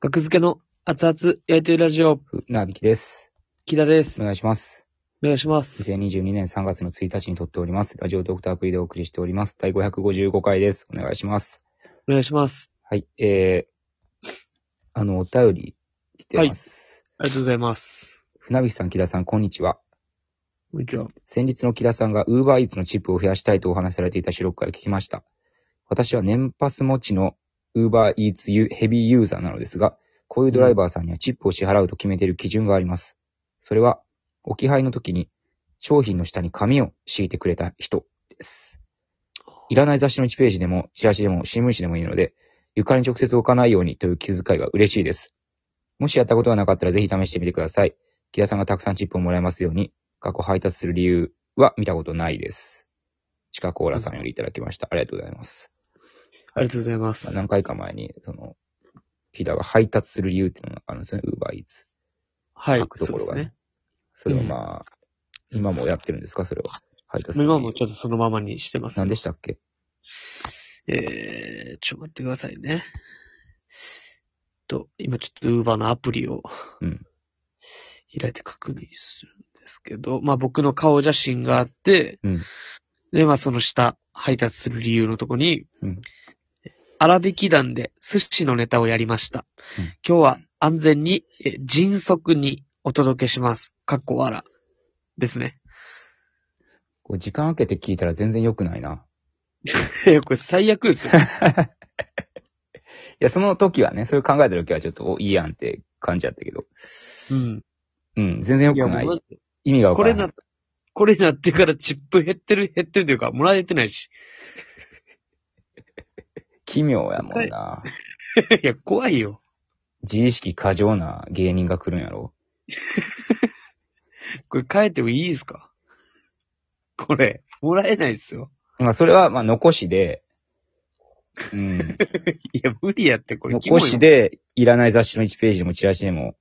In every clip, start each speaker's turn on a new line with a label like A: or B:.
A: 学付けの熱々焼いてるラジオ、
B: なびきです。
A: 木田です。
B: お願いします。
A: お願いします。
B: 2022年3月の1日に撮っております。ラジオドクターアプリでお送りしております。第555回です。お願いします。
A: お願いします。
B: はい、えー、あの、お便り来てます。
A: ありがとうございます。
B: 船引さん、木田さん、こんにちは。
A: こんにちは。
B: 先日の木田さんが UberEats のチップを増やしたいとお話しされていた収録会を聞きました。私は年パス持ちの UberEats ヘビーユーザーなのですが、こういうドライバーさんにはチップを支払うと決めている基準があります。それは、置き配の時に商品の下に紙を敷いてくれた人です。いらない雑誌の1ページでも、チラシでも、新聞紙でもいいので、床に直接置かないようにという気遣いが嬉しいです。もしやったことがなかったらぜひ試してみてください。木田さんがたくさんチップをもらえますように、過去配達する理由は見たことないです。チカコーラさんよりいただきました。ありがとうございます。
A: ありがとうございま
B: まあ
A: す。
B: 何回か前に、その、ピダが配達する理由っていうのがあるんですよね、ウーバーイーツ。
A: はい
B: 書、くと
A: そう
B: こ
A: で
B: ろ
A: す
B: が
A: ね
B: ね。。それをまあ、今もやってるんですかそれを。配達する理
A: 今
B: 由。
A: もちょっとそのままにしてます。
B: 何でしたっけ
A: えー、ちょっと待ってくださいね。と、今ちょっと Uber のアプリを、
B: うん
A: 開いて確認するんですけど、まあ僕の顔写真があって、
B: うん
A: で、まあその下、配達する理由のとこに、
B: うん
A: 荒引き団で寿司のネタをやりました。
B: うん
A: 今日は安全に、え迅速にお届けします。かっこわら。ですね。
B: こう時間空けて聞いたら全然良くないな。
A: え、これ最悪です よ。
B: いや、その時はね、それ考えた時はちょっと、お、いいやんって感じだったけど。
A: うん。
B: うん、全然良
A: いや
B: くない
A: もう。
B: 意味がわ
A: こ
B: から
A: れ
B: ない
A: な。、これなってからチップ減ってる、減ってるというか、もらえてないし。
B: 奇妙やもんな。
A: いや、怖いよ。
B: 自意識過剰な芸人が来るんやろ。
A: これ変えてもいいですかこれ、もらえないですよ。
B: まあ、それは、まあ、残しで、うん。
A: いや、無理やって、 これ。
B: 残しで、いらない雑誌の1ページでも、チラシでも、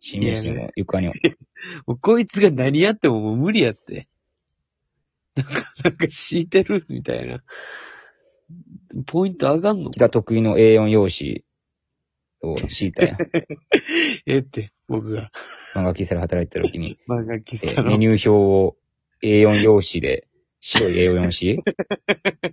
B: 新聞紙
A: い
B: で
A: や
B: も、床
A: キ
B: に、
A: モいわ。もうこいつが何やってももう無理やって。なんか、なんか敷いてるみたいな。ポイント上がんの
B: 北得意の A4 用紙を敷い たやん。
A: えって、僕が。
B: 漫画喫茶で働いてた時に、
A: 漫画喫
B: え
A: 茶
B: メ
A: の。
B: ニュー表を A4 用紙で、白 い A4 紙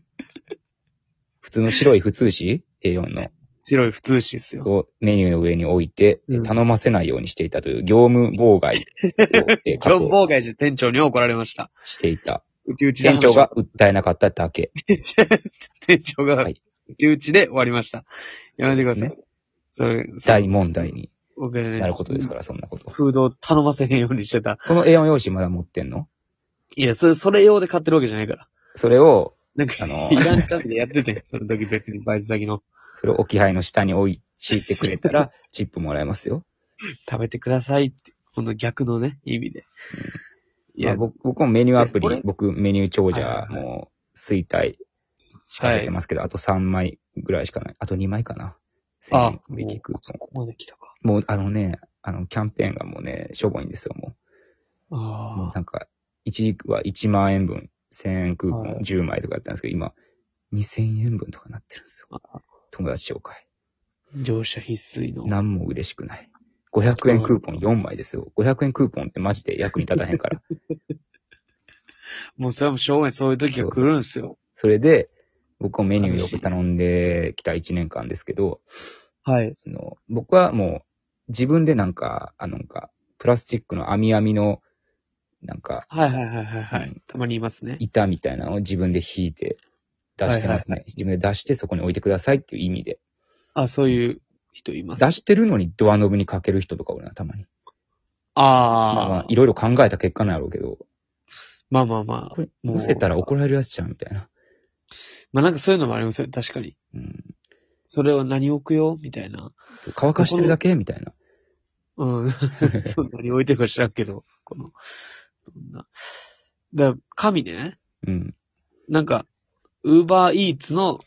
B: 普通の白い普通紙 ?A4 の。
A: 白い普通紙っすよ。
B: をメニューの上に置いて
A: う、ん
B: 頼ませないようにしていたという業務 妨害を、えー、
A: ジ
B: 過
A: ョン・
B: 去
A: ボーガイジ店長に怒られました。
B: していた。
A: うちうちで
B: 店
A: 話を
B: 長が訴えなかっただけ。
A: 店長が、
B: は
A: う
B: い
A: ちうちで終わりました。やめてください。
B: そ
A: それ、そう
B: 大問題に
A: 僕がね
B: なることですから、そんなこと。
A: フードを頼ませへんようにしてた。
B: その A4 用紙まだ持ってんの
A: いや、それ、それ用で買ってるわけじゃないから。
B: それを、
A: なんか、
B: あの
A: いらん感じでやって て、その時別にバイト先の、
B: それを置き配の下に置い、敷いてくれ たら、チップもらえますよ。
A: 食べてくださいって、この逆のね、意味で。い
B: まあ、
A: や、
B: 僕僕もメニューアプ
A: これ
B: リ、僕メニュー長
A: は
B: 者
A: いはいはい
B: もう衰退しか出てますけど、あと3枚ぐらいしかない。あと2枚かな。
A: あ
B: 1000円引きクーポ
A: ここまで来たか。
B: ンもうあのね、あの、キャンペーンがもうね、しょぼいんですよ、もう。もう
A: ああ。
B: なんか、一時は1万円分、1000円クーポン
A: はい
B: 10枚とかやったんですけど、今、2000円分とかなってるんですよ。友達紹介。
A: 乗車必須の。
B: 何も嬉しくない。500円クーポン4枚ですよ。500円クーポンってマジで役に立たへんから。
A: もうそれはもうしょうがない、そういう時が来るんですよ。
B: それで、僕もメニューよく頼んできた1年間ですけど、
A: はい。
B: あの僕はもう自分でなんか、あのなんか、プラスチックの網網の、なんか、
A: はいはいはいはいは
B: う
A: い
B: ん。
A: たまにいますね。
B: 板みたいなのを自分で引いて出してますね。自分で出してそこに置いてくださいっていう意味で。
A: あ、そういう人います。
B: 出してるのにドアノブにかける人とかおるな、たまに。まあま
A: あ
B: あ、
A: あ。
B: いろいろ考えた結果なんやろうけど、
A: まあまあまあ
B: こ。れ、
A: もう
B: 乗せたら怒られるやつじゃん、みたいな。
A: まあなんかそういうのもありますよ、確かに。
B: うん。
A: それは何置くよみたいな。
B: そう乾かしてるだけみたいな。
A: うん。そう何置いてるか知らんけど、この、どんな。だ神ね、
B: うん。
A: なんか、ウーバーイーツの、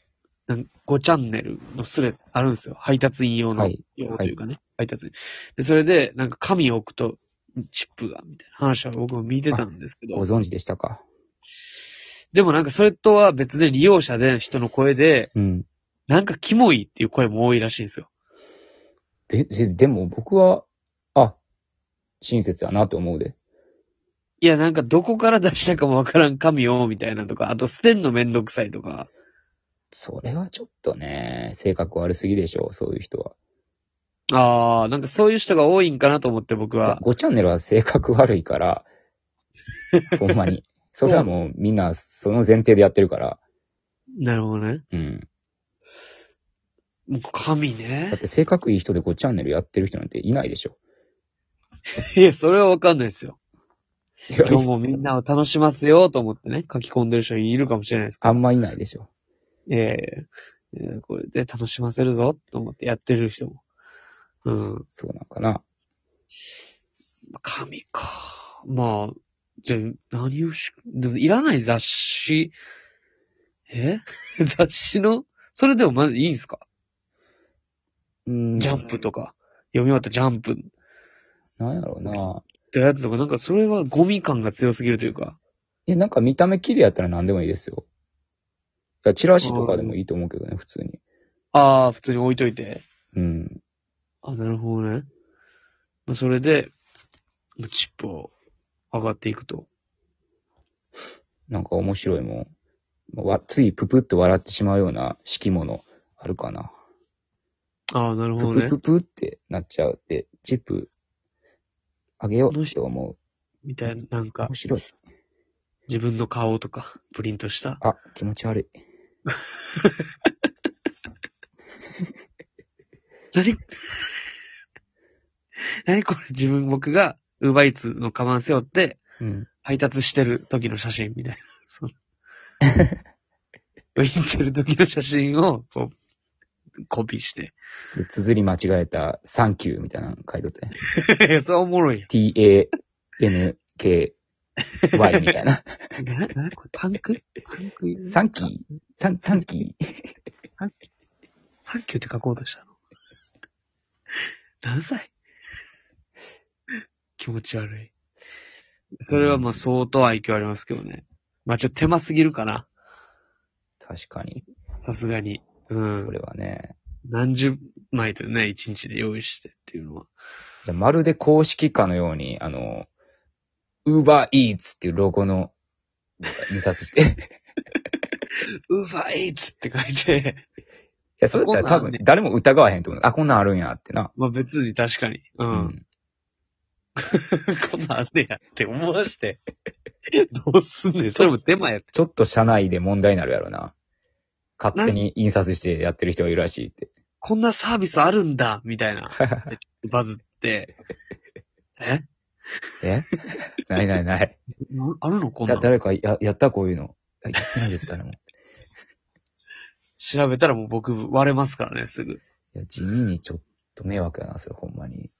A: なん5チャンネルのスレあるんですよ。配達員用の、
B: はい
A: 用というかね。配達員。で、それで、なんか紙を置くと、チップが、みたいな話は僕も見てたんですけ
B: ご
A: ど、
B: 存知でしたか。
A: でもなんかそれとは別で利用者で人の声で、
B: うん。
A: なんかキモいっていう声も多いらしいんですよ。
B: え、ででも僕は、あ、親切やなと思うで。
A: いや、なんかどこから出したかもわからん紙を、みたいなとか、あと捨てんのめんどくさいとか。
B: それはちょっとね、性格悪すぎでしょう、そういう人は。
A: ああ、なんかそういう人が多いんかなと思って僕は。
B: 5チャンネルは性格悪いから、 ほんまに。それはもうみんなその前提でやってるから。
A: なるほどね。
B: うん。
A: もう紙
B: だっ
A: ね。
B: て性格いい人で5チャンネルやってる人なんていないでしょ。
A: いや、それはわかんないです よ。
B: いや
A: 今日もみんなを楽しますよ、と思ってね、書き込んでる人いるかもしれないですけ
B: あ
A: ど。
B: んまいないでしょ。
A: ええええこれで楽しませるぞ、と思ってやってる人も。うん。
B: そうなんかな。
A: 紙か。まあ、じゃあ、何をし、でもいらない雑誌、え 雑誌の、それでもまだいいんすか
B: うん
A: ジャンプとか。読み終わったジャンプっ
B: なんやろうな。
A: てやつとか、なんかそれはゴミ感が強すぎるというか。
B: いや、なんか見た目綺麗やったら何でもいいですよ。いやチラシとかでもいいと思うけどね、普通に。
A: ああ、普通に置いといて。
B: うん。
A: あ、なるほどね。まあ、それで、まあチップを上がっていくと。
B: なんか面白いもん。まあわついププッと笑ってしまうような敷物あるかな。
A: ああ、なるほど
B: プ
A: ね
B: ププ。プってなっちゃうって、チップあげようと思う。
A: みたいな、なんか
B: 面、白い。
A: 自分の顔とか、プリントした。
B: あ、気持ち悪い。
A: 何何これ自分、僕が、ウーバーイーツのカバン背負って、
B: うん。
A: 配達してる時の写真みたいな。その行ってる時の写真を、こう、コピーして。
B: で、綴り間違えた、サンキューみたいなの書いとって。
A: そうおもろいやん
B: t-a-n-k-y みたいな。
A: な、な、これパンクパンク
B: サンキー、サン、サンキー。
A: サンキューって書こうとしたの。何歳気持ち悪い。それはまあ相当愛嬌ありますけどね。まあちょっと手間すぎるかな。
B: 確かに。
A: さすがに。う
B: そ
A: ん。
B: れはね。
A: 何十枚とね、一日で用意してっていうのは。
B: じゃあまるで公式かのように、あの、ウーバーイーツっていうロゴの、印刷して。い
A: ウーバーイーツって書いて、
B: や、それだったら多
A: こんなんあん
B: 分
A: ね、
B: 誰も疑わへんと思う。あ、こんなんあるんやってな。
A: まあ別に確かに。う。。
B: うん
A: こんなんあんねやって思わして。 どうすんねん。それも手間やって。
B: ちょっと社内で問題になるやろな。勝手に印刷してやってる人がいるらしいって。
A: こんなサービスあるんだみたい な。バズって。え
B: えないないない。
A: なあるのこんな
B: だ
A: の
B: 誰かややったこういうの。あやってないです、誰も。い
A: 調べたらもう僕割れますからね、すぐ。
B: や、地味にちょっと迷惑やな、それほんまに。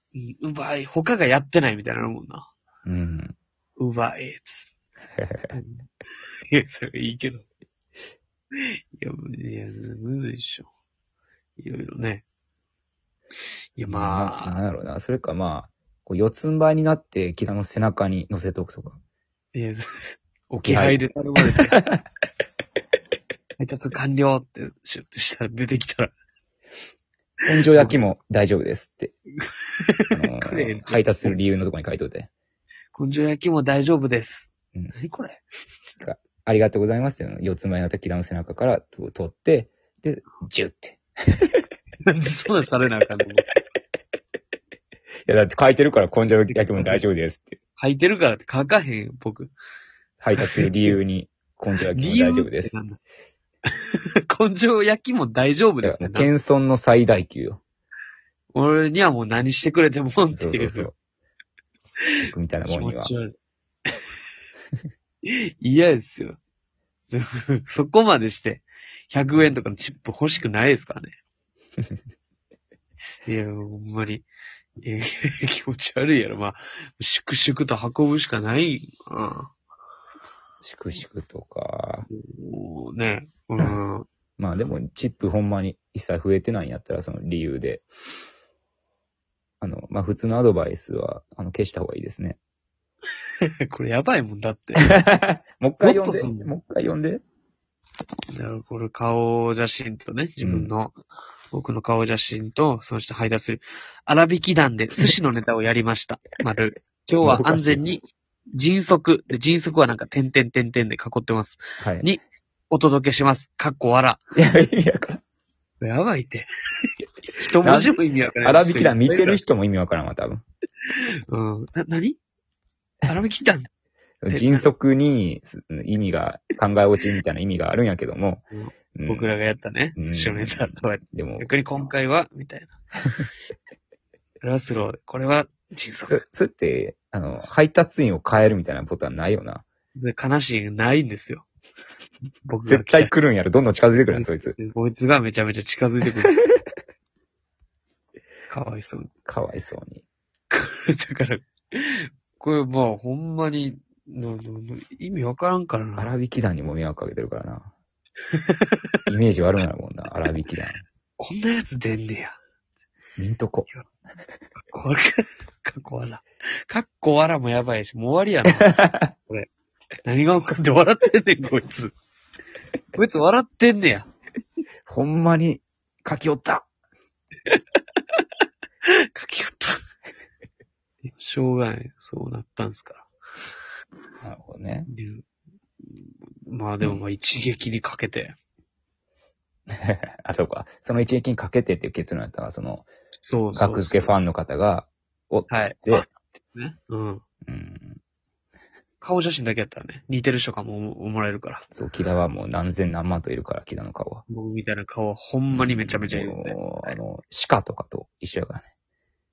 A: うんうばい。他がやってないみたいなのもんな。
B: うん。
A: うばいっ つ。いや、それいいけど。いや、いや、むずいっしょ。いろいろね。いや、
B: な
A: まあ、
B: なんやろうな。それかまあ、こう四つん這いになって、木田の背中に乗せとくとか。
A: いや、置き配で頼まれて。配達完了って、シュッとしたら出てきたら、
B: 天井焼きも大丈夫ですって。あ の
A: クレーン
B: 配達する理由のとこに書いといて。
A: 根性焼きも大丈夫です。
B: うん
A: 何これ
B: ありがとうございますっていうのを四つん這いになった木田の背中からこう取って、で、ジュって。
A: なんでそんなんされなあかんの
B: いや、だって書いてるから、根性焼きも大丈夫で すって。
A: 履いてるからって書かへんよ、僕。
B: 配達する理由に、根性焼きも大丈夫です。
A: 理由ってなんだ 根性焼きも大丈夫
B: いや
A: ですね。
B: 謙遜の最大級よ。
A: 俺にはもう何してくれてもんって
B: そ
A: 言
B: う
A: ってる
B: そうん
A: です
B: そ
A: よ。
B: う。僕みたいな
A: 気
B: もん
A: 持
B: には。
A: ち悪い。 嫌ですよ。そ そこまでして、100円とかのチップ欲しくないですからね。 いや、ほんまに。いや 気持ち悪いやろ。まあ、粛々と運ぶしかないんかな。
B: 粛々とか。
A: もうね。うん。
B: まあでも、チップほんまに一切増えてないんやったら、その理由で。あの、まあ普通のアドバイスは、あの、消した方がいいです ね。
A: これやばいもんだって。
B: もう一回
A: ゾッとす
B: 読ん
A: ん
B: で。
A: の
B: もう一回読んで。
A: だからこれ顔写真とね、自分の僕の顔写真と、そして配達する、粗引き団で寿司のネタをやりま した。丸。今日は安全に、迅速。で、迅速はなんか点々点々で囲ってます。
B: はい。
A: にお届けします。かっこわら。
B: いや、意味わからん。
A: やばいって。一文字も意味わからない。
B: 荒引き団見てる人も意味わからんわ、多分。
A: うん。な、なに粗引き団え
B: 迅速にす意味が、考え落ちみたいな意味があるんやけども。うん
A: 僕らがやったね。
B: うん
A: 寿司のネタとは。
B: でも、
A: 逆に今回は、み たいな。ラスローで、これは迅
B: そ
A: 速。
B: それって、あの、配達員を変えるみたいなボタンないよな。
A: それ悲しい、ないんですよ。僕が
B: 絶
A: 来た
B: 対来るんやろ。どんどん近づいてくるんや、そいつ。
A: こいつがめちゃめちゃ近づいてくる。かわいそうに。
B: かわいそうに。
A: だから、これまあほんまに、ののの意味わからんからな。
B: 荒引き団にも迷惑かけてるからな。イメージ悪なるもんな、荒引き団。
A: こんなやつ出んねや。
B: ミントコ。
A: これ、かっこわら。かっこわらもやばいし、もう終わりやな。これ。何が起こって笑ってんねん、こいつ。こいつ笑ってんねや。
B: ほんまに、書きおった。
A: 書きよった。しょうがない。そうなったんすから。
B: なるほどね。
A: でまあでもまあ一撃にかけて。
B: あ、そうか。その一撃にかけてっていう結論やったわ。その、
A: そうそうそう。
B: 格付けファンの方が、おっ
A: はい。
B: て、
A: ね。うん。
B: うん、
A: 顔写真だけやったらね、似てる人かもももらえるから。
B: そう、キダはもう何千何万といるから、キダの顔は。
A: 僕みたいな顔はほんまにめちゃめちゃいるんで。
B: もうあの、鹿とかと一緒やからね。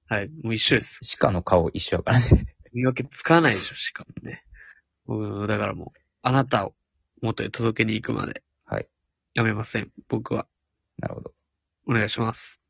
A: はい。もう一緒です。
B: 鹿の顔一緒やからね。
A: 見分けつかないでしょ、しかもね。うん、だからもう、あなたを元へ届けに行くまで。
B: はい。
A: やめません。僕は。
B: なるほど。
A: お願いします。